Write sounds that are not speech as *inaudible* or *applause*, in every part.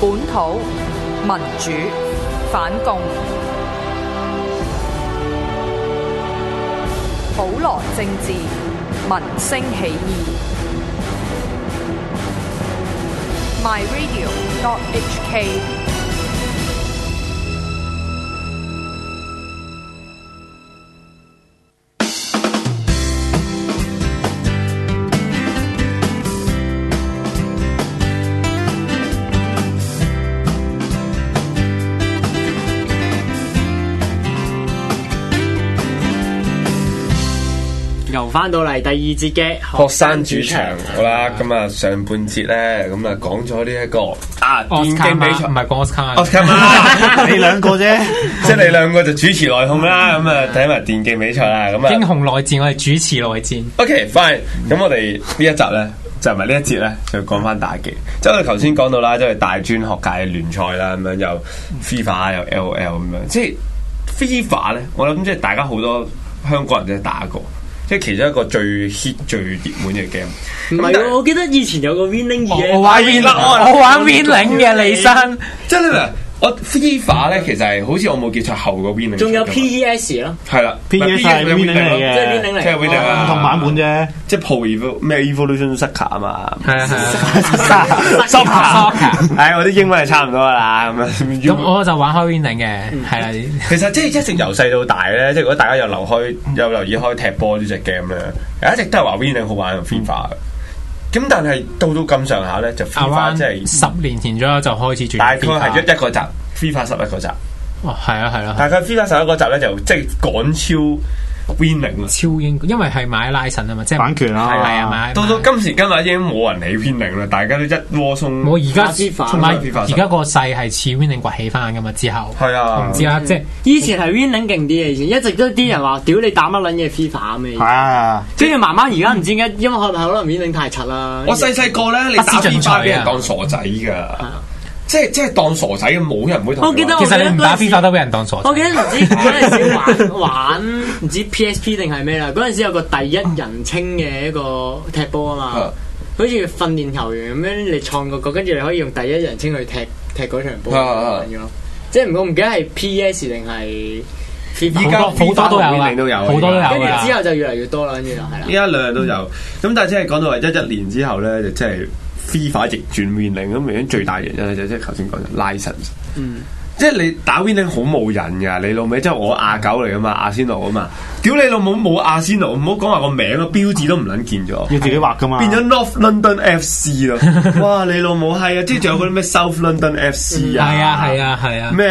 本土民主反共普羅政治民生起義 myradio.hk 又翻到嚟第二節嘅學生主場好啦，咁啊上半節咧，咁啊講咗呢一個啊電競比賽唔，係講 Oscar 哦咁啊，你兩個啫，即係你兩個就主持內控啦，咁啊睇埋電競比賽啦，咁啊英雄內戰，我哋主持內戰。 OK fine，咁我哋呢一集咧就唔係呢一節咧，就講翻打機。即係我哋頭先講到啦，即係大專學界嘅聯賽啦，咁樣又 FIFA 又 LOL 咁樣。即係 FIFA 咧，我諗即係大家好多香港人都打過，即係其中一個最 hit 最熱門嘅 game。唔係喎，我記得以前有個 Winning 二咧，哦我玩 Win，我玩 Win 零嘅李生，即係你明？我 FIFA 咧其實係好似我冇記錯後個 Winning，仲有 PES 咯，係啦 PES E 係 winning 嚟啊即嘅係 Winning 即係嚟。 Winning 啦，唔同版本啫。即係 Pro Evo 咩 Evolution Soccer 啊嘛。係啊係啊。 *laughs* Soccer，係哎我啲英文係差唔多噶啦，咁啊樣。咁我就玩開 Win 零嘅，係啦。其實即係一直由細到大咧，即係如果大家有留開有留意開踢波呢只 game 咧，一直都係話 Winning 好玩 FIFA 嘅。咁但係到到咁上下咧，就 FIFA 即 around 係嗯十年前左右就開始轉 FIFA。大概係一一個集 FIFA 十一個集，哦，係啊係啊，大概 FIFA 十一個集咧就即係趕超 Winning 啦。超英，因為係買 license 啊嘛，即係版權啊係啊買。到買到今時今日已經冇人理 Winning 啦，大家都一窩鬆。我而家打 FIFA 啊同埋打 FIFA 而家個勢係似 Winning 崛起翻噶嘛，之後係啊我唔知啊，即係嗯以前係 Winning 勁啲嘅，以前一直都啲人話：屌你打乜撚嘢 FIFA 咩？係啊，跟住慢慢而家唔知點解，因為可能可能 Winning 太柒啦。我細細個咧，你打不思進取 FIFA 啊俾人當傻仔噶，即係即係當傻仔，冇人會同我記得玩我其實你唔打嗰陣時 FIFA 都俾人當傻仔。我記得唔知嗰陣時玩玩唔知 PSP 定係咩啦，嗰陣時有個第一人稱嘅一個踢波啊嘛啊，好似訓練球員咁樣，你創個角，跟住你可以用第一人稱去踢踢嗰場波啊啊啊咁樣咯。即係我唔記得係 PS 定係 FIFA，依家好多好多都有啊 FIFA 都有啊好多都有跟啊住之後就越嚟越多啦，跟住就係啦依。家兩樣都有。咁但係即係講到話一一年之後咧，就即係 FIFA 逆轉 Winning 咁，原因最大原因就即係頭先講嘅 license。即係你打 Winning 好冇癮㗎，你老味即係我亞九嚟㗎嘛，亞仙奴啊嘛，屌你老母冇亞仙奴，唔好講話個名個標誌都唔撚見咗。要自己畫噶嘛。啊變咗 North London FC *laughs* 咯，哇！你老母係啊，即係仲有嗰啲咩 South London FC 啊，係啊係啊係啊。咩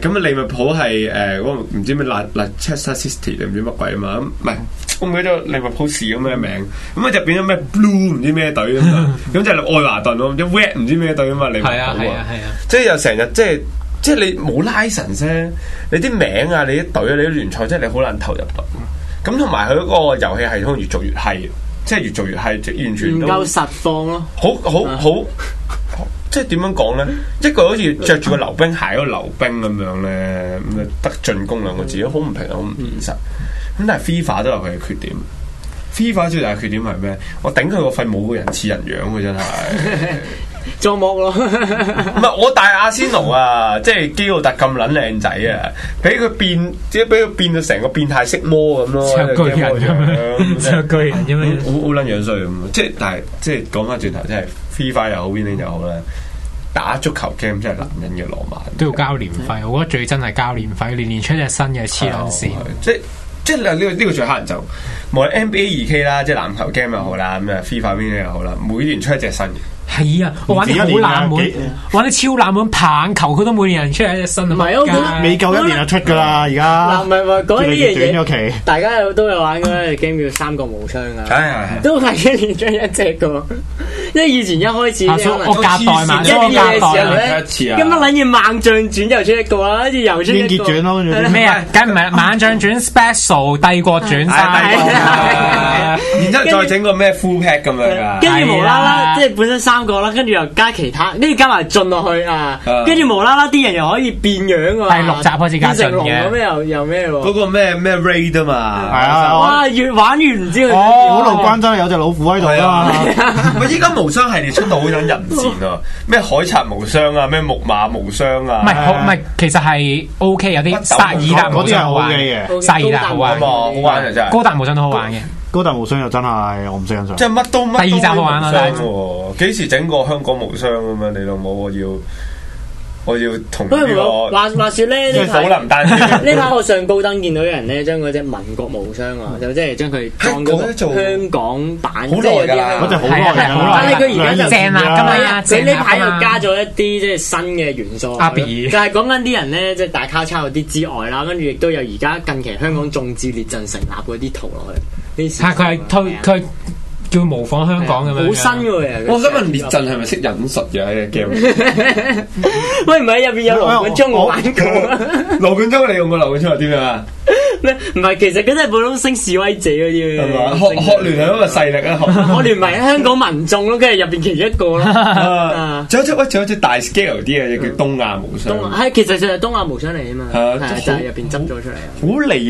誒誒咁啊利物浦係呃誒嗰個唔知咩嗱嗱 Chester City 定唔知乜鬼啊嘛，咁唔係我唔記得咗利物浦市咁嘅名，咁啊就變咗咩 Blue 唔知咩隊咁 *laughs* 樣，咁就係愛華頓咯，唔知 Red 唔知咩隊啊嘛，利物浦係啊係啊 *laughs* 係啊，即係又成日即係即係你冇 license 咧，你啲名啊，你啲隊啊，你啲聯賽，即係你好難投入到。咁同埋佢嗰個遊戲系統越做越閪，即係越做越閪，即係完全唔都夠啊實況咯， *laughs* 好好好，即係點樣講咧？一個好似着住個溜冰鞋嗰個溜冰咁樣咧，咁啊得進攻兩個字，好唔平衡，好唔現實。咁但係 FIFA 都有佢嘅缺點。FIFA 最大嘅缺點係咩？我頂佢個肺冇個人似人樣嘅真係。做幕咯，唔係我大阿仙奴啊，即係基奧特咁撚靚仔啊，俾佢變，即係俾佢變到成個變態色魔咁咯，着巨人哦咁樣，啊着巨人咁樣。好好撚樣衰咁。即係但係即係講翻轉頭，即係 FIFA 又好 Winning 又好啦，打足球 game 真係男人嘅浪漫，都要交年費，我覺得最真係交年費，年年出隻新嘅黐撚線。即哦係。即係呢、個呢、個最黑人就無論 NBA 二 K 啦，即係籃球 game 又好啦，咁啊 FIFA Winning 又好啦，每年出一隻新嘅。係啊，我玩啲好冷門幾，玩啲超冷門棒球，佢都每年人出一隻新。唔係啊我覺得未夠一年就出噶啦，*laughs* 而嗱家唔係唔係講呢啊越嚟越樣短嘢，咗期。大家有都有玩嗰個 game 叫三國無雙啊。唉，都係一年出一隻 *laughs* 噶，因啊為以前一開始阿可蘇能啊我夾代嘛，一蘇我二嘅夾時候代咧啊。一次啊咁乜撚嘢猛將傳又出一個啊，跟住又出英一傑個。傳咯，跟住咩啊？梗唔係猛將轉 special 帝國轉唉帝國晒啊， *laughs* 然之後再整個咩 full pack 咁樣啊㗎。跟住無啦啦，係啊即係本身三個啦，跟住又加其他，跟住加埋進落去啊啊，跟住無啦啦啲人又可以變樣㗎嘛。第六集開始加進嘅變成龍咁又又咩嗰喎？個咩咩 raid 啊嘛，係啊哇！越玩越唔知佢。哦哦我老關真係有隻老虎喺度啊嘛。 *laughs* 喂，依家冇無雙系列出到好撚人戰啊！咩海賊無雙啊，咩木馬無雙啊，唔係好唔係，其實係 O K 有啲不薩爾達嗰無啲係雙好 O 玩 K 嘅，薩爾達好咁啊玩，好玩啊真係，高達無雙都好玩嘅。高達無雙又真係我唔識欣賞即。係乜都乜第二集好玩啊但係啊！幾時整個香港無雙咁樣？你老母我要我要同呢不過個話話説咧，即呢係火排林丹呢排我上高登見到有人咧，將嗰只民國無雙啊，就即係將佢裝嗰嗰個隻做香港版，好即係有啲耐㗎啦香嗰隻港好啊耐啊㗎啦，但係佢而家就正啦，係今日啊啊，佢正呢排又啦，加咗一啲即係新嘅元素，阿 B 就係講緊啲啊人咧，即係大交叉嗰啲之外啦，跟住亦都有而家近期香港眾志列陣成立嗰啲圖落去。呢啲啊嚇佢係推佢叫模仿香港咁樣，好新嘅喎，其實佢我想問列陣係咪識忍術嘅 *laughs* 喺隻 game？喂，唔係入邊有羅貫中我玩過，羅貫中你用過羅貫中係點樣啊？咩唔係其實嗰啲係普通星示威者嗰嗯啲嘅係嘛？學學聯係因為勢力啊， *laughs* 學。我聯埋香港民眾咯，跟住入邊其中一個咯。 *laughs* 啊啊仲有隻喂，仲有隻大 scale 啲嘅叫東亞無雙，東好亞係其實就係東亞無雙嚟啊嘛，係啊係啊就都好係入邊執咗出嚟啊。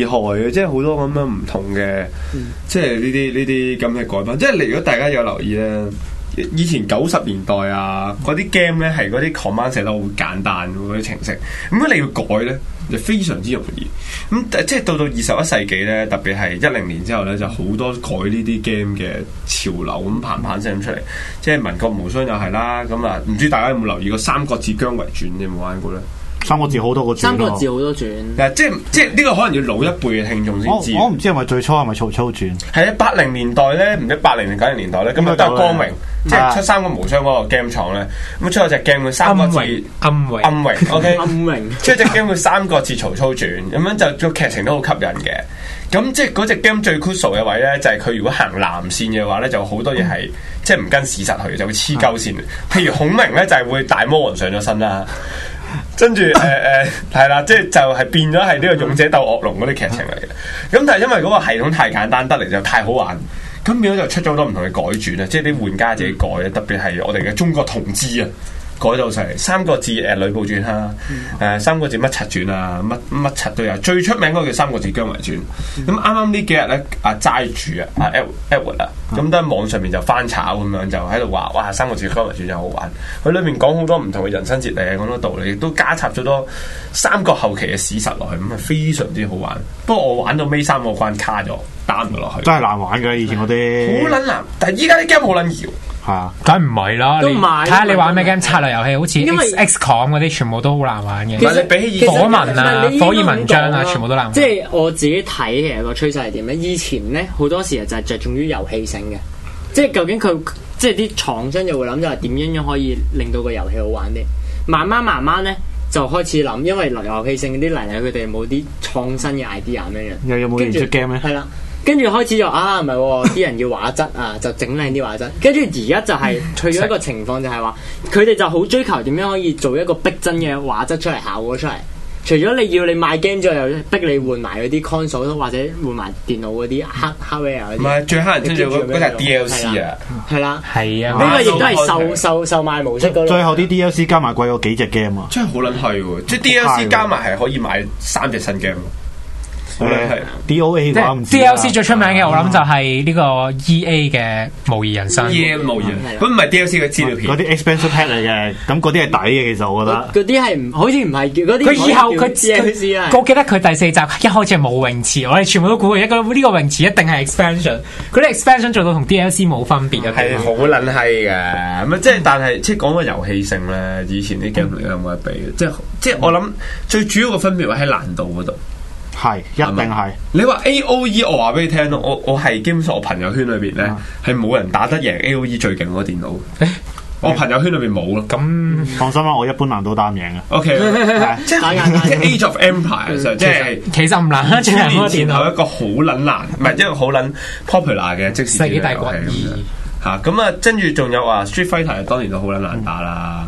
厲害嘅，即係好多咁樣唔同嘅，嗯即係呢啲呢啲咁嘅改版。即係你如果大家有留意咧，以前九十年代啊，嗰啲 game 咧係嗰啲 command 寫得好簡單嗰啲程式，咁樣你要改咧就非常之容易。咁但即係到到二十一世紀咧，特別係一零年之後咧，就好多改呢啲 game 嘅潮流咁嘭嘭聲咁出嚟。即係民國無雙又係啦，咁啊唔知大家有冇留意過《三國志姜維傳》，你有冇玩過咧？三個字好多個字。三個字好多轉，嗱，即係即係呢個可能要老一輩嘅聽眾先我知。我唔知係咪最初係咪曹操傳，係啊，八零年代咧，唔知八零定九零年代咧，咁啊應該都係有光啦榮，即係啊出三個無雙嗰個 game 廠咧，咁出咗隻 game 叫《三暗國志榮暗榮暗榮》，OK，暗榮出咗隻 game 叫《三國志曹操傳》，咁樣就個劇情都好吸引嘅。咁即係嗰隻 game 最 crucial 嘅位咧，就係佢如果行藍線嘅話咧，就好多嘢係即係唔跟事實去，就會黐鳩線。譬如孔明咧，就係會大魔王上咗身啦。跟住誒誒係啦，即係就係變咗係呢個勇者鬥惡龍嗰啲劇情嚟嘅。咁但係因為嗰個系統太簡單得嚟，就太好玩。咁變咗就出咗好多唔同嘅改轉啊，即係啲玩家自己改啊，特別係我哋嘅中國同志啊。改到晒三個字誒、呃、呂布傳啦，誒、三個字乜柒傳啊，乜乜柒都有。最出名嗰個叫三個字姜維傳。咁啱啱呢幾日咧，阿齋主啊，阿 Ed- Edward 啊，咁都喺網上面就翻炒咁樣，就喺度話哇三個字姜維傳就好玩。佢裏面講好多唔同嘅人生哲理，講多道理，亦都加插咗多三國後期嘅史實落去，咁啊非常之好玩。不過我玩到尾三個關卡咗，單咗落去，真係難玩嘅以前嗰好啲。撚難。但係依家啲 game 好撚搖。係啊，梗唔係啦，都你唔係睇下你玩咩因為 game 策略遊戲，因好為似 X XCOM 嗰啲，全部都好難玩其實嘅。但係你比起以其實火文啊唔係你應該火焰文章啊咁講全部都難玩即係我自己睇其實個趨勢係點咧？以前咧好多時就係着重於遊戲性嘅，即係究竟佢即係啲廠商就會諗就係點樣樣可以令到個遊戲好玩啲。慢慢慢慢咧就開始諗，因為遊戲性嗰啲嚟嚟佢哋冇啲創新嘅 idea 咁樣樣。又有冇連出 game 咧？係啦，跟住開始就啊，唔係喎，啲人要畫質啊，就整靚啲畫質。跟住而家就係除咗一個情況就係話，佢哋就好追求點樣可以做一個逼真嘅畫質出嚟，效果出嚟。除咗你要你買 game 之外，又逼你換埋嗰啲 console 或者換埋電腦嗰啲 hard hardware 嗰啲，唔係啊最黑人憎就嗰嗰隻 DLC 啊！係啦，係呢啊，個亦都係售售售賣模式嗰度。最後啲 DLC 加埋貴過幾隻 game 啊！真係好撚係喎！即係好快 DLC 喎加埋係可以買三隻新 game 喎。好撚係誒即 DOA 嘅話唔係知啊 DLC 最出名嘅，我諗就係呢個 EA 嘅模擬人生。 ，E M 無係言，啊咁唔係 DLC 嘅資料嗰片。啲 expansion pack 嚟嘅，咁嗰啲係抵嘅。其實我覺得嗰嗰啲係唔好似唔係叫嗰啲。佢以後佢知啊佢，我記得佢第四集一開始係冇泳池，我哋全部都估佢一個呢個泳池一定係 expansion，佢啲 expansion 做到同 DLC 冇分別嘅。係好撚係嘅，咁啊即係但係即係講個遊戲性咧，以前啲 game 嚟有冇得比嘅？即係即係我諗最主要嘅分別喺難度嗰度。係一定係。你話 A O E，我話俾你聽咯，我我係基本上我朋友圈裏邊咧係冇人打得贏 A O E 最勁嗰個電腦，我朋友圈裏邊冇咯。咁放心啦，我一般難度擔贏嘅。 O K，即打硬係打即硬係 Age of Empires 啊即係。其實唔難啦，最千難嗰個年電前後腦一個好撚難，唔係一個好撚 popular 嘅即《時世紀電腦帝國遊二戲咁樣》嚇咁啊，跟住仲有話 Street Fighter 當年都好撚難打啦。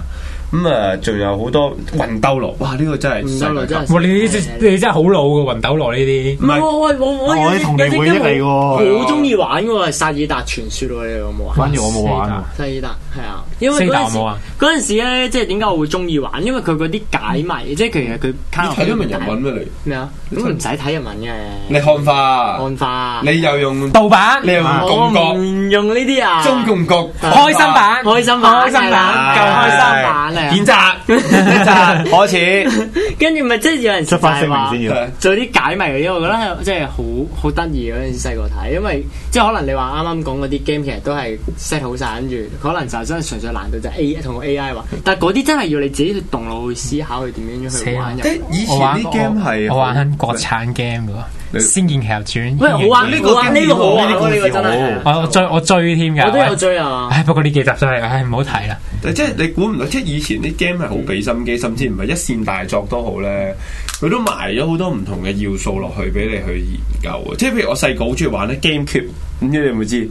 咁啊，仲有好多魂斗羅，哇！呢個真係唔得啦，世界級真係哇！你呢啲你真係好老嘅雲斗羅呢啲唔唔係係喂我我我有啲童年有回憶嚟㗎喎好中意玩嘅喎，係薩爾達傳說喎，你哋有冇玩？反而我冇玩喎。薩爾達係啊，因為四嗰大陣時冇啊嗰陣時咧，即係點解我會中意玩？因為佢嗰啲解謎，即係其實佢卡你睇咗明日文咩你？咩啊？咁唔使睇日文嘅，你看花，看花。你又用盜版你又用我共國唔用呢啲啊，中共國開心 *laughs* 版，開心版開係心版，夠啦開心。版啊譴責譴 *laughs* 責開始，跟住咪即係有人出翻聲就係話明先要。呃做啲解謎嗰啲，我覺得係即係好好得意嗰陣時細個睇，因為即係可能你話啱啱講嗰啲 game 其實都係 set 好晒，跟住可能就真係純粹難度就 A 同個 AI 玩，但係嗰啲真係要你自己去動腦去思考去點樣去玩死入即。係以前我玩啲 game 係我玩國產 game 嘅喎，你《仙劍奇俠傳》。喂，好玩呢呢個個呢個好玩喎，呢個呢個真係。我我追我追添㗎。我都有追啊。唉，不過呢幾集真係，唉，唔好提啦。即係你估唔到，即係以前啲 game 係好俾心機，甚至唔係一線大作都好咧，佢都埋咗好多唔同嘅要素落去俾你去研究嘅。即係譬如我細個好中意玩咧 GameCube，唔知你有冇知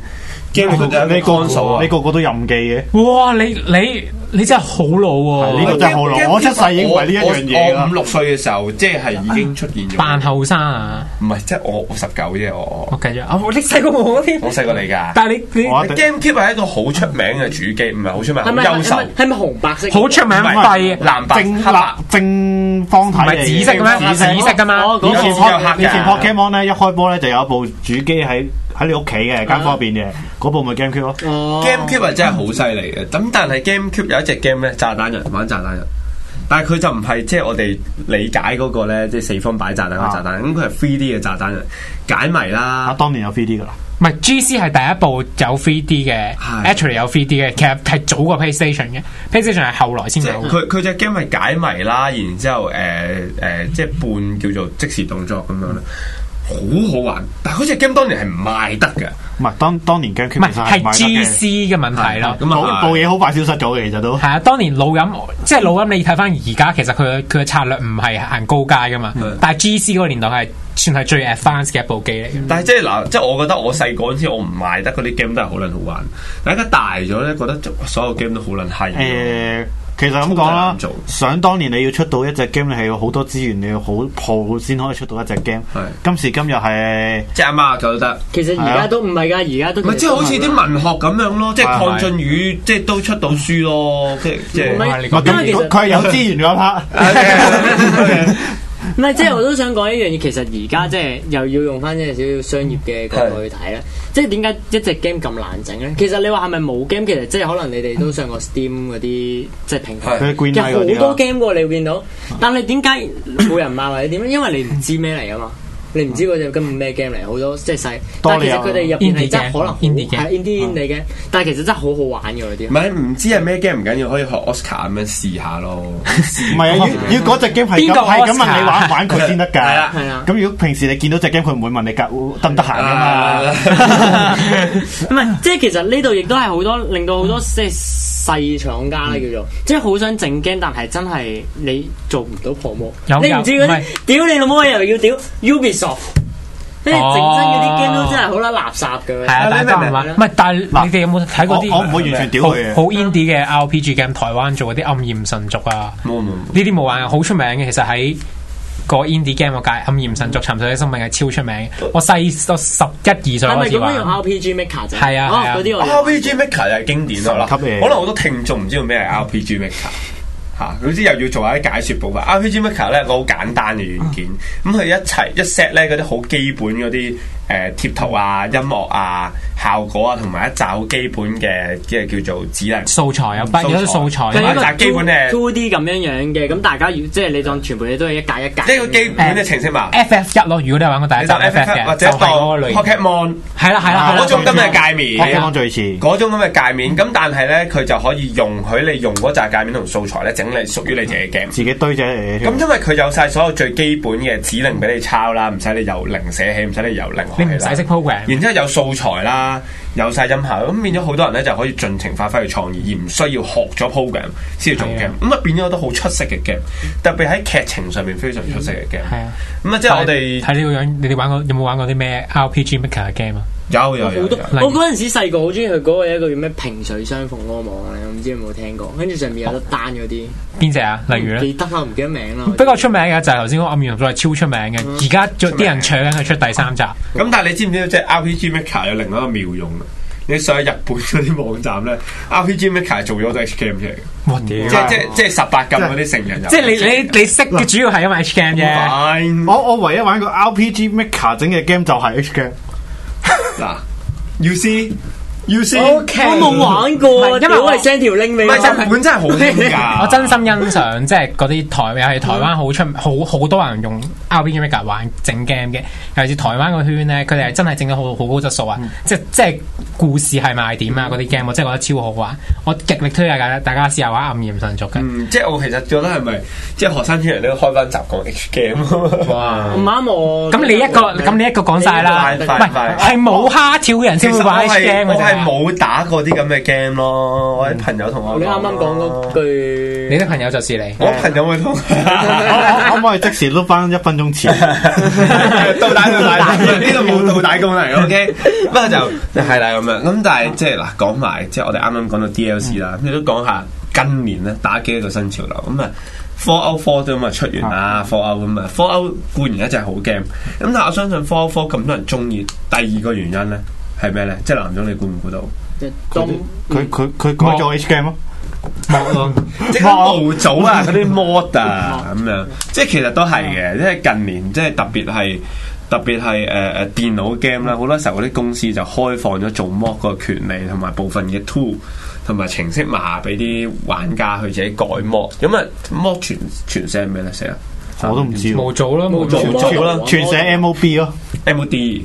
GameCube 就係你一個 console 啊個你。個個都任記嘅，哇！你你你真係好老係呢喎，個真係好老我出世已經為呢一樣嘢啦我五六歲嘅時候，即係已經出現咗。扮後生啊！唔係，即係我我十九啫，我我繼續啊！我你細個我添，我細過你㗎。但係你你我 GameCube 係一個好出名嘅主機，唔係好出名，好係咪係優秀。咪係咪紅白色？好出名唔係廢啊，藍白正黑白立正方體嚟唔嘅係紫色嘅咩紫紫色㗎嘛哦以嗰個前有黑㗎 Pok 以前 Pokemon 咧一開波咧就有一部主機喺喺你屋企嘅間房入邊嘅，嗰部咪 GameCube 咯。哦 GameCube 啊係真係好犀利嘅，咁但係 GameCube 有一隻 game 咧，炸彈人玩炸彈人，但係佢就唔係即係我哋理解嗰個咧，即係四方擺炸彈嘅炸彈，咁佢係 three D 嘅炸彈人解謎啊，啦，當年有 3D 噶啦，唔係 GC 係第一部有 3D 嘅係，actually 有 3D 嘅，其實係早過 PlayStation 嘅，PlayStation 係後來先即有係嘅。佢佢隻 game 係解謎啦，然之後誒誒、呃呃即係半叫做即時動作咁樣啦，好好玩，但係嗰隻 game 當年係唔賣得嘅，唔係當當年 GameCube 唔係其實係係賣得嘅 GC 嘅問題咯。咁部啊部嘢好快消失咗嘅，其實都係啊，當年老飲即係老飲，你睇翻而家，其實佢嘅佢嘅策略唔係行高階噶嘛嗯，但係 GC 嗰個年代係算係最 advanced 嘅一部機嚟嘅。但係即係嗱，即係我覺得我細個嗰陣時，我唔賣得嗰啲 game 都係好撚好玩。但係而家大咗咧，覺得所有 game 都好撚閪。誒。呃其實咁講啦真係難做，想當年你要出到一隻 game，你係要好多資源，你要好鋪先可以出到一隻 game 係。今時今日係即係阿媽就得，其實而家都唔係㗎，而家都唔係即係好似啲文學咁樣咯，即係係鄺俊宇即係都出到書咯，即係即唔係。係我因為其實。佢係有資源嗰一 part。唔係，即係我都想講一樣嘢，其實而家即係又要用翻即係少少商業嘅角度去睇咧。即係點解一隻 game 咁難整咧？其實你話係咪冇 game？其實即係可能你哋都上過 Steam 嗰啲嗯即係嗯平台，佢 Green 其實 Light 嗰啲好啦多 game 喎，你會見到。但係點解冇人賣或者點咧？因為你唔知咩嚟啊嘛。你唔知嗰只根本咩 game 嚟，好多即係細，但係其實佢哋入邊係真係可能好 Indie game，係 indie 嗯 indie game，但係其實真係好好玩嘅嗰啲唔。係唔知係咩 game 唔緊要，可以學 Oscar 咁樣試下咯。唔係啊， *laughs* 要要嗰只 game 係邊個咁係咁 Oscar？問你玩唔玩佢先得㗎。係啦係啦咁如果平時你見到只 game，佢唔會問你夾得唔得閒㗎啊 *laughs* 嘛。 *laughs* 唔係，即係其實呢度亦都係好多令到好嗯多即係細廠家啦，叫做即係好想整 game，但係真係你做唔到 p r 有你唔知嗰有唔係啲屌你老母又要屌 Ubisoft，即係整真嗰啲 game 都真係好啦垃圾嘅。係啊，但係當你然明唔話明唔係，但係嗱你哋有冇睇過我我唔啲會完全屌好佢好嘅。 indie 嘅 RPG game？台灣做嗰啲《暗焰神族》啊，冇冇呢啲冇玩嘅，啊好出名嘅。其實喺個 indie game 嗰界，《暗焰神族》《沉睡的生命》係超出名嘅。我細我十一二歲係咪咁開始樣用玩。 RPG Maker 啫？係啊係啊哦嗰啲我有 RPG Maker 又係經典咯，嗱神可級嘅能好多聽眾唔知道咩係 RPG Maker。嚇，總之又要做下啲解説部分。RPG Maker 咧個好簡單嘅軟件，嗯咁佢一齊一 set 咧嗰啲好基本嗰啲誒貼圖啊、音樂啊、效果啊，同埋一紮好基本嘅即係叫做指令。素材有不有啲素材係素材啊一但係基本嘅 two D 咁樣樣嘅，咁大家如即係你當全部嘢都係一格一格。即係個基本嘅程式嘛。 ，FF 一咯。如果你有玩過第一你集當 FF FF 或嘅，者就係嗰當個類型。 Pokemon 係啦係啦係啦啊嗰種咁嘅界我面講。最似。嗰種咁嘅界面，咁但係咧，佢就可以容許你用嗰扎界面同素材咧，整理屬於你自己嘅 game。自己堆咗嚟嗯咁因為佢有晒所有最基本嘅指令俾你抄啦，唔使你由零寫起，唔使你由零你學唔起啦嗯使識 program。然之後有素材啦，有晒音效，咁變咗好多人咧就可以盡情發揮佢創意，而唔需要學咗 program 先要做係啊 game。咁啊變咗都好出色嘅 game，特別喺劇情上面非常出色嘅 game。係啊。咁啊，即係我哋睇呢個樣，你哋玩過有冇玩過啲咩 RPG Maker 嘅 game 啊？有我有好有多，有例如我嗰陣時細個好中意佢嗰個一個叫咩萍水相逢嗰個網啊咧，我唔知有冇聽過。跟住上面有得單嗰啲，邊只啊？例如唔咧，記得啦，唔記得名啦。比較出名嘅就係頭先嗰個暗語錄係超出名嗯嘅，而家仲有啲人搶緊佢出第三集。咁但係你知唔知即係 RPG Maker 有另外一個妙用啊？你上去日本嗰啲網站咧，RPG Maker 做咗個 H game 出嚟嘅，哇屌！即係即係即係十八禁嗰啲成人遊戲，即係你你你識嘅主要係因為 H game 啫。你我我唯一玩過 RPG Maker 整嘅 game 就係 H game，嗱，U C U C，我冇玩過唔啊，係因因為為我我係 send 條 link 俾唔我係日本真係好興㗎，我真心欣賞，即係嗰啲台尤其台灣好出好好多人用 RPG Maker 玩整 game 嘅，尤其是台灣個圈咧，佢哋係真係整得好好高質素啊！即即係故事係賣點啊，嗰啲 game 我真係覺得超好玩，我極力推介大家大家試下玩《暗夜神族》嘅。嗯，即係我其實覺得係咪即係學生出嚟都開翻集講 H game 唔啱我。咁你一個咁你一個講晒啦，唔快係快係冇蝦 *laughs* 跳嘅人其先實會我玩 H 係 game 我嘅係啫。冇打過啲咁嘅 game 咯，我啲朋友同我你啱啱講嗰句，你的朋友就是你，我朋友咪同可唔可以即時碌翻一分鐘前？ *laughs* 倒帶倒帶，呢度冇倒帶功能，OK。不過就係啦咁樣，咁但係即係嗱，講埋即係我哋啱啱講到 DLC 啦，你都講下近年咧打機一個新潮流咁啊。Four Out Four 咁啊出完啦，Four Out 咁啊，Four Out 固然一隻好 game，咁但係我相信 Four Out Four 咁多人中意，第二個原因咧係咩咧？即係藍總，你估唔估到？當佢佢佢改咗 H 啊 game 咯，冇咯。即係啲模組啊，嗰啲 mod 啊咁樣，即係其實都係啊嘅，即係近年即係特別係特別係誒誒電腦 game 啦，好多時候嗰啲公司就開放咗做 mod 個權利同埋部分嘅 tool。同埋程式碼俾啲玩家去自己改 mod，咁啊 mod 全全寫係咩咧？寫啊，我都唔知喎。冇做咯，冇冇做做。做啦全啊寫 M O B 咯， MOD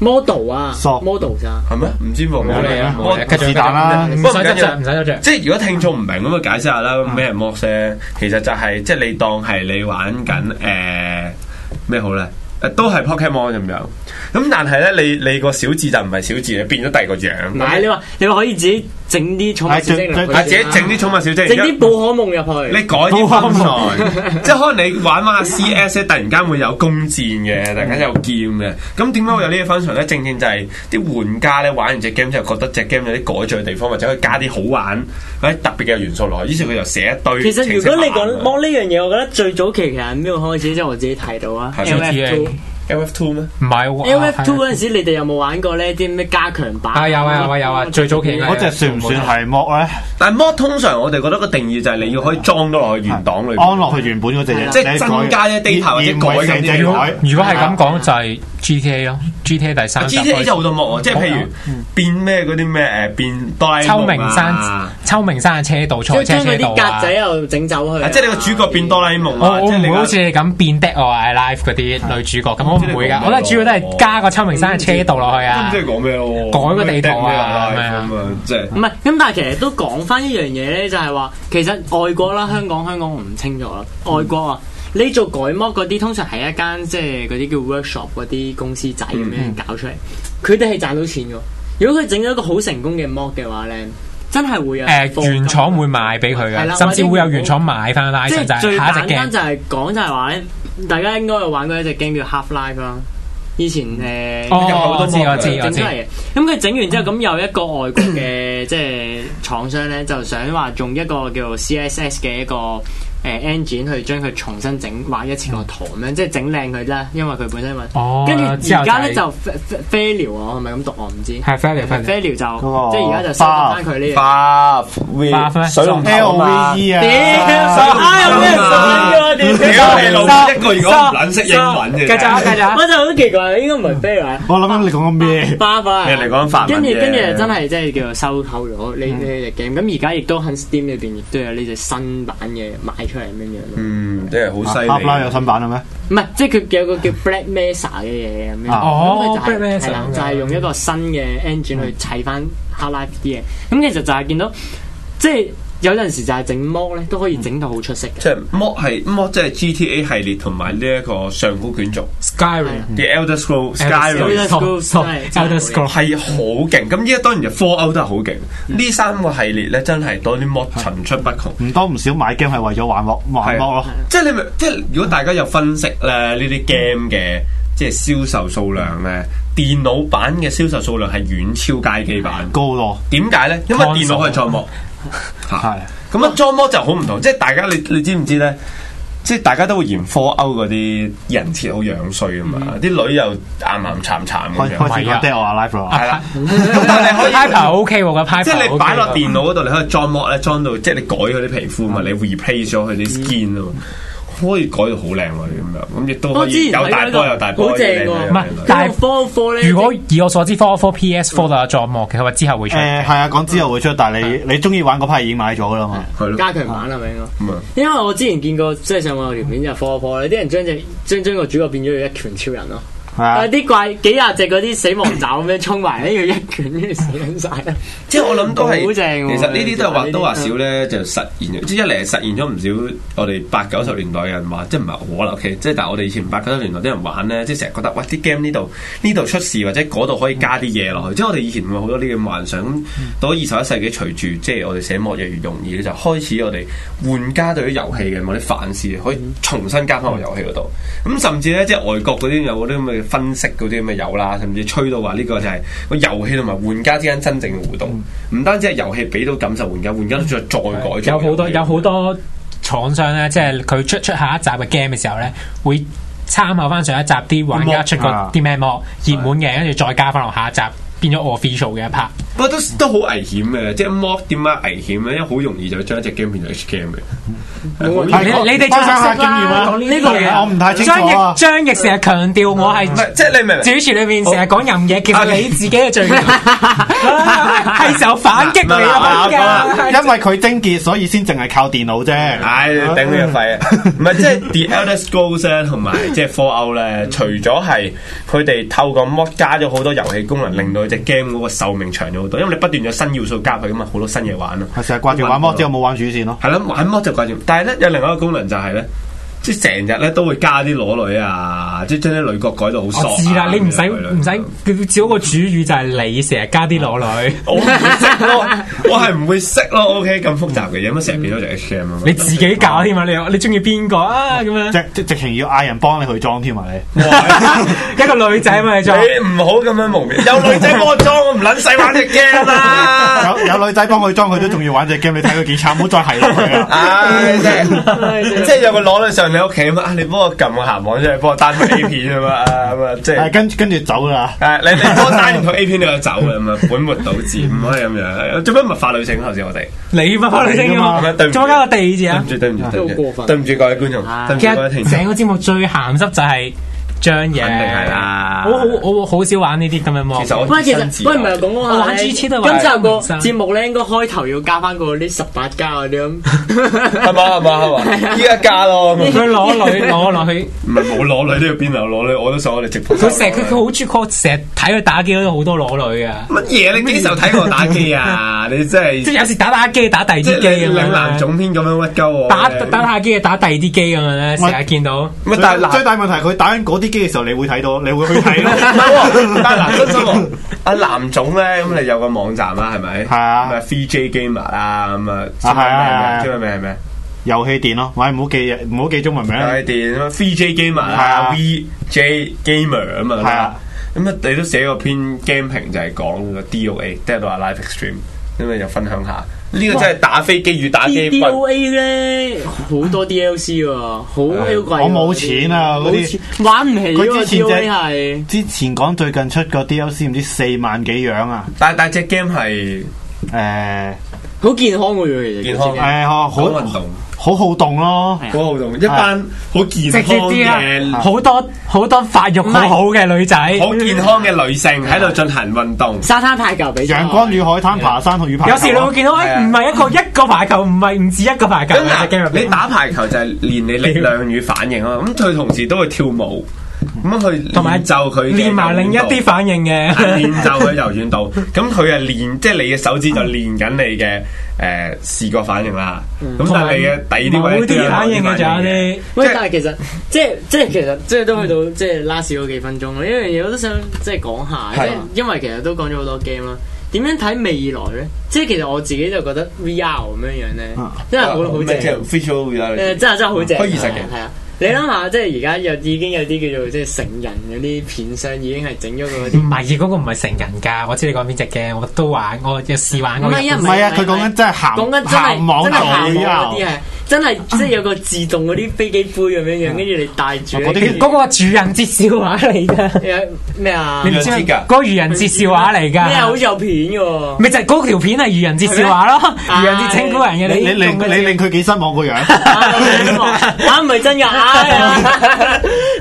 model 啊索，model 咋？係咩？唔知冇冇理啦，冇理啦，啊我繼續是但啦唔使執着，唔使執着。即係如果聽眾唔明咁啊，解釋下啦。咩人 mod 咧？其實就係、即係你當係你玩緊誒咩好咧？誒都係 Pokemon 咁樣。咁但係咧，你你個小字就唔係小字，你變咗第二個唔樣。係你話你話可以自己整啲寵物小精靈入去啊，先，自己整啲寵物小精整靈啲寶可夢入你去。改啲分啊材，即係可能你玩玩下 CS 咧，突然間會有弓箭嘅，嗯突然間有劍嘅。咁點解會有呢啲 function 咧？正正就係啲玩家咧玩完只 game 之後，覺得只 game 有啲改進嘅地方，或者可以加啲好玩或者特別嘅元素落去，於是佢就寫一堆。其實如果你講 mod 呢樣嘢，我覺得最早期其實係邊度開始？即係我自己睇到啊係，LF2。 LF Two 咩？唔係喎 LF Two 嗰陣時，你哋有冇玩過呢啲咩加強版？哦啊有啊有啊有啊最早期嘅嗰只算唔算係 mod 咧？但係 mod 通常我哋覺得個定義就係你要可以裝到落去原檔裏安哦邊。落去原本嗰只嘢，即係增加啲 data 或者改緊啲正改嘢。如果係咁講就係 GTA 咯，GTA 第哦三集啊 GTA 啊就好多 mod 喎，即係譬好如變咩嗰啲咩誒變哆啦 A 夢啊秋名山秋名山嘅車道即賽係將嗰車車啲道格啊仔。又整走佢啊啊。即係你個主角變哆啦 A 夢哦我啊！我唔即係你會個啊好似你咁變 Dead or Alive 嗰啲女主角咁，我唔會噶。我咧主要都係加個秋名山嘅車道落去唔啊知。講咩咯，改個地圖啊咩係咪啊咁啊，即係唔係，咁但係其實都講翻一樣嘢咧，就係話其實外國啦、香港、香港我唔清楚啦，外國啊。你做改模嗰啲，通常係一間即係嗰啲叫 workshop 嗰啲公司仔咁嗯樣搞出嚟，佢哋係賺到錢嘅。如果佢整咗一個好成功嘅 mod 嘅話咧，真係會有誒原廠會賣俾佢係啦嘅，甚至會有原廠買翻拉即上就係係最下一隻簡 game 單。就係講就係話咧，大家應該有玩過一隻 game 叫 Half Life 啦，以前誒。哦，我知我知我整出知嗯嚟。嘅。咁佢整完之後，咁有一個外國嘅 *clears throat* 即係廠商咧，就想話用一個叫做 CSS 嘅一個誒、呃 engine 去將佢重新整畫一次個圖咁樣，即係整靚佢啦，因為佢本身話。哦，跟住之後而就家係咧就 fa- fa- failure 啊，係咪咁讀我唔知。係 failure failure。 failure 就即個係而家就收翻佢呢樣。花花咩水龍 L V E 屌！啊，啊有咩人信嘅屌你老我母一個如果唔撚識英文繼續啊繼嘅，續啊屌！我就好奇怪，應該唔係 failure。啊我諗緊你講緊 *laughs* 咩？巴法，你嚟講法文跟嗯住啫跟住就真係即係叫做收購咗呢呢只 game。咁而家亦都喺 Steam 裏邊亦都有呢隻新版嘅賣出嚟咁樣樣咯。嗯，即係好犀阿拉有利。新版啦咩？唔係，即係佢有個嗯叫 Black Mesa 嘅嘢咁樣。啊哦咁佢就 Black 係 Mesa 係啦，就係用一個新嘅 engine 嗯去砌翻 Half Life 啲嘢。咁其實就係見到，即係有陣時就係整 mod 咧，都可以整到好出色嘅。即係 mod 係 mod 即係 GTA 系列同埋呢一個上古卷軸 Skyrim。嘅 Elder Scroll Elder Skyrim Scrolls。 Elder Scroll 係好勁，咁依家當然就 Four Out 都係好勁，呢三個系列咧真係多啲 mod 層出不窮。唔多唔少買 game 係為咗玩 mod 玩 mod 咯，即係你咪即係如果大家有分析咧呢啲 game 嘅即係銷售數量咧，電腦版嘅銷售數量係遠超街機版。高咯，點解咧？因為 Console 電腦可以裝 *laughs* 模，係嚇咁啊裝模就好唔同。即係大家你你知唔知咧？即係大家都會嫌科歐嗰啲人設好樣衰啊嘛，啲女又岩岩慘慘開咁樣，嗯開唔始係啊講 Dead or Alive 咯，係啦。咁但係你可以 Piper OK 喎，個 Piper 即係你擺落 OK 喎電腦嗰度，你可以裝 mod 咧，裝到即係你改佢啲皮膚嗯嘛，你 replace 咗佢啲 skin 啊嘛，可以改到好靚喎，你咁樣咁亦都可我之以前有大睇波有過大波，好正有靚女有靚喎，女唔係但係科科咧，如果以我所知，科科嗯 PS Four 都有作幕嘅，佢話之後會出。誒係啊，講之後會出，但係你你中意玩嗰批已經買咗噶啦嘛，係咯加強版係咪應該？咁啊，因為我之前見過，即係上網有條片就科科咧，啲人將只 *coughs* 將將個主角變咗做一拳超人咯。係啊啊！，啲怪幾廿隻嗰啲死亡爪咁樣衝埋， *laughs* 跟住一拳跟住死緊晒。即係我諗都係，好正喎其實呢啲其實都係呢話啲嗯都話少咧，就實現咗，即係一嚟係實現咗唔少我哋八九十年代嘅人話，即係唔係我啦，OK，即係但係我哋以前八九十年代啲人玩咧，即係成日覺得喂啲 game 呢度呢度出事或者嗰度可以加啲嘢落去，即係我哋以前會好多呢咁幻想。咁嗯到咗二十一世紀，隨住即係我哋寫幕越嚟越容易咧，就開始我哋玩家對於遊戲嘅某啲反思，可以嗯重新加翻落遊戲嗰度。咁甚至咧，即係外國嗰啲有嗰啲咁嘅分析嗰啲咁嘅有啦，甚至吹到話呢個就係個遊戲同埋玩家之間真正嘅互動，唔、單止係遊戲俾到感受玩家，玩家都再再改造嗯有好遊多戲有好多廠商咧，即係佢出出下一集嘅 game 嘅時候咧，會參考翻上一集啲玩家出過啊啲咩幕熱門嘅，跟住再加翻落下一集，變咗 official 嘅一 part。不過都都好危險嘅，即係 mod 點解危險咧？因為好容易就將一隻 game 變咗 H game 嘅。冇啊 *laughs* 你你哋最分享下經驗啊講呢個嘢，我唔太清楚張啊譯張譯成日強調我係唔係，即係你明唔明？主持裏面成日講任嘢，其實你自己嘅 *laughs* 罪，係時候反擊你啊嗱嗱嗱啦嗱，啊因為佢精結，所以先淨係靠電腦啫，唉，頂你個肺啊！唔係即係 The Elder Scrolls 咧，同埋即係 Fallout 咧，除咗係佢哋透過 mod 加咗好多遊戲功能，令到只 game 嗰個壽命長咗好多，因為你不斷有新要素加入去，咁嘛，好多新嘢玩啊！係成日掛住玩魔，之後冇玩主線咯。係啦，玩 mod 就掛住，但係咧有另外一個功能就係咧，即係成日咧都會加啲裸女啊，即係將啲女角改到好我索啊。哦知啦，你唔使咁樣唔使，佢只嗰個主語就係你成日加啲裸女，我唔會識咯， *laughs* 我係唔會識咯。OK，咁複雜嘅嘢，乜成日變咗就 H game 啊嘛你自己搞添啊！你你中意邊個啊？咁 *laughs* *laughs* 樣直直直情要嗌人幫你去裝添啊！你一個女仔咪就你唔好咁樣蒙面，有女仔幫我裝，我唔撚使玩只 game 啊啦。 *laughs* 有有女仔幫佢裝，佢都仲要玩只 game，你睇佢幾慘，唔好再係落 *laughs* 去啦。啊唉，即係即係有個攞女上你屋企啊嘛，啊你幫我撳個鹹網出嚟，幫我 download A 片啊嘛，啊咁啊即係係。跟跟住走啦，誒，你你幫我 download 完套 A 片你就走啦，咁啊本末倒置，唔可以咁樣。做咩物化女性啊頭先我哋？你乜翻女聲噶係嘛咪？對唔住做乜加個地字對唔啊？住，對唔住，對都唔好過住，分啊對唔住各位觀眾，對唔其住各位聽實眾成。個節目最鹹濕就係張嘢，肯定係啦我好我好少玩呢啲咁嘅幕。其實我喂，其實啊喂唔係講講下我玩咧 GT 都係今玩集個唔生節目咧，應該開頭要加翻個啲十八加嗰啲 *laughs* 咁。係嘛係嘛 *laughs* 係啊嘛，依家嫁咯，咁啊佢裸 *laughs* 女裸落去，唔係冇裸女都要邊有裸女，我都想我哋直播。佢成日佢佢好中意 call，成日睇佢打機都好多裸女噶。乜嘢？你幾時候睇我打機 *laughs* 啊？你真係即係有時打打機打第二即係啲機你咁樣嶺南啦總編咁樣屈鳩我。打打下機打第二啲機咁樣咧，成日見到。乜？啊但係嗱最大問題佢打緊嗰啲機嘅時候，你會睇到，你會去睇唔 *laughs* *laughs* 咯。係喎但係嗱，真心喎，阿藍總啊咧，咁你有個網站啦，係咪？係啊咁啊，VJ Gamer 啊，咁啊，中啊係啊文名係咩中文名係咩？遊戲店咯，喂，唔好記唔好記中文名有啦。啲電咁啊，VJ Gamer 係啊嗯啊，VJ Gamer 咁啊，係啊咁啊，你都寫個篇 game 評就係講個 DOA Dead or Alive Extreme，咁啊，又分享下呢個真係打飛機與打機 D 不 D O A 咧好多 D L C 喎，好 L 貴喎。我冇錢啊嗰啲冇錢玩唔起佢喎之前 D O 隻 A 係。之前講最近出個 DLC 唔知四萬幾樣啊，但但隻 game 係誒好健康嘅喎，其實健康嗰誒好好運動，好好動咯，啊好好動，一班好健直康接啲啊嘅啦，。好多好多發育好好嘅女仔，好有健康嘅女性喺度進行運動隻，沙灘排球比賽。陽光與海灘、爬山同與排啊時你會見到，係啊哎唔係一個一個排球，唔係唔止一個排球咁嘅嗱，game 入邊你打排球就係練你力量與反應啊嘛，咁佢同時都會跳舞，咁佢同埋就佢嘅練埋另一啲反應柔軟度。嘅。練就佢柔軟度，咁佢係練，即係你嘅手指就練緊你嘅誒視覺反應啦。咁但係你嘅第二啲嗯某位都有啲反應啊嘅，仲有嘅啲。喂即係，但係其實即係即係其實即係都去到即係 last 嗰幾分鐘啦，呢樣嘢我都想即係講下，係即係因為其實都講咗好多 game 啦。點樣睇未來咧？即係其實我自己就覺得 VR 咁樣樣咧啊，真係好好正。呃即係 visual 誒真係真係好正，虛擬實境係啊！你諗下，即係而家有已經有啲叫做即係成人嗰啲片商已經係整咗 *laughs* 個嗰啲唔係嗰個唔係成人㗎，我知你講邊只嘅，我都玩，我有試玩過。唔係啊唔係啊，佢講緊真係鹹講緊真係鹹網真係行台啊嗰！啲係真係即係有個自動嗰啲飛機杯咁樣樣，跟住你帶住我覺得跟住嗰個愚人節笑話嚟㗎，有咩啊你？唔知咩愚人節㗎嗰個愚人節笑話嚟咩啊好㗎似。有片嘅 *laughs* 喎。咪就係嗰條片係愚人節笑話咯，愚人節請古人嘅你你令你令佢幾失望個樣。啊，唔係真㗎，啊 *laughs*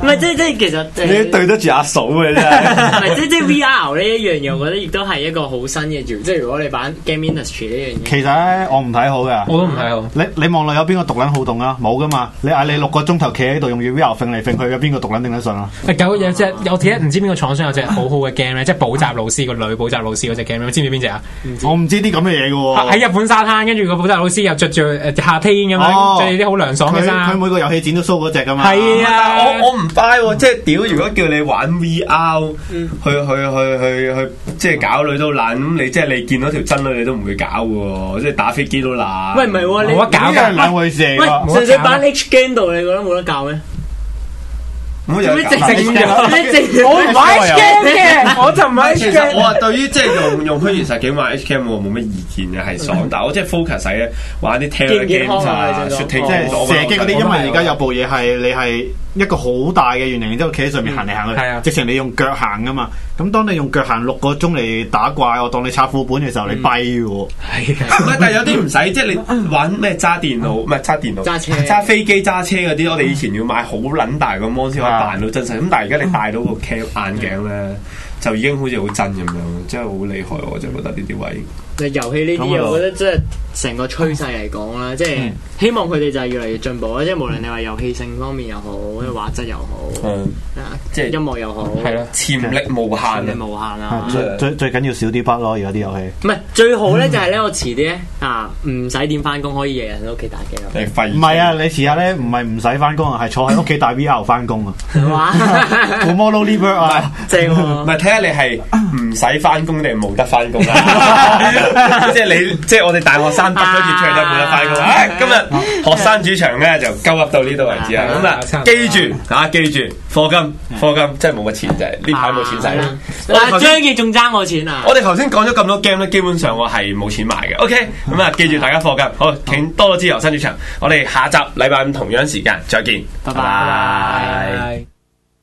唔係即係即係其實你對得住阿嫂嘅真係。唔係即即 VR 呢一樣嘢，我覺得亦都係一個好新嘅潮。即係如果你玩 game industry 呢樣嘢，其實咧，我唔睇好嘅。我都唔睇好。你你望落有邊個獨撚好動啊？冇噶嘛！你嗌你六個鐘頭企喺度用 VR 揈嚟揈去，有邊個獨撚頂得順啊？有有隻有隻唔知邊個廠商有隻好好嘅 game 咧，即係補習老師個女補習老師嗰只 game，你知唔知邊只啊？我唔知啲咁嘅嘢嘅喎。喺日本沙灘，跟住個補習老師又着住誒夏天咁哦樣，着啲好涼爽嘅佢佢衫。每個遊戲展都 show 嗰只噶嘛。係啊但係我我唔 buy 喎，即係屌！如果叫你玩 VR，去去去去去，即係搞女都懶，咁你即係你見到條真女你都唔會搞嘅喎，即係打飛機都懶。喂唔係喎，你冇得搞呢㗎樣兩回事嚟喂㗎。純粹擺 H game 度，你覺得冇得教咩？唔好有做咩得搞直整咗你直我唔玩 H game 嘅，我就唔玩 H 其實 game。我係對於即係用 *laughs* 用虛擬實境玩 H cam 我冇乜意見嘅，係 *laughs* 爽。但係我即係 focus 喺玩啲 t e l 健唔健 game 康啊啊、你想講 shooting 即係 game 我哦射擊嗰啲，因為而家有有部嘢係你係一個好大嘅圓形，然之後企喺上面行嚟行去，係啊直情你用腳行噶嘛。咁當你用腳行六個鐘嚟打怪，我當你刷副本嘅時候，你跛 *laughs* 喎。唔係，但啊係有啲唔使，即係嗯你玩咩揸電腦，唔係揸電腦，揸車揸飛機、揸車嗰啲，我哋以前要買好撚大個 mon 先可以扮到真實。咁但係而家你戴到個 cam 眼鏡咧，就已經好似好真咁樣，真係好厲害。我就覺得呢啲位，就遊戲呢啲咁啊嘢，我覺得即係成個趨勢嚟講啦，即嗯係希望佢哋就係越嚟越進步啦。即係無論你話遊戲性方面又好，畫質又好，嗯，啊即係音樂又好，係咯，潛力無限你啊！無限啊！最最最緊要少啲筆咯，而家啲遊唔戲。係最好咧，就係咧，我遲啲咧啊，唔使點翻工，可以日日喺屋企打機咯，你廢唔係啊，，你遲下咧唔係唔使翻工啊，係坐喺屋企戴 VR 翻工啊。係嘛？冇 m o r o l i v e r 啊，正唔喎！係睇下你係唔使翻工定係冇得翻工啦， *laughs* 即係你即係我哋大學生畢咗業出嚟都冇得翻工啦。唉今日學生主場咧就鳩噏到呢度為止啦。咁啊，記住啊，記住課金課金真係冇乜錢就係呢排冇錢使啦。我哋嗱，頭張先傑仲爭我錢啊！我哋頭先講咗咁多 game 咧，基本上我係冇錢買嘅。OK，咁啊，記住大家課金。好，請多多支持學生主場。我哋下集禮拜五同樣時間再見，拜拜。係。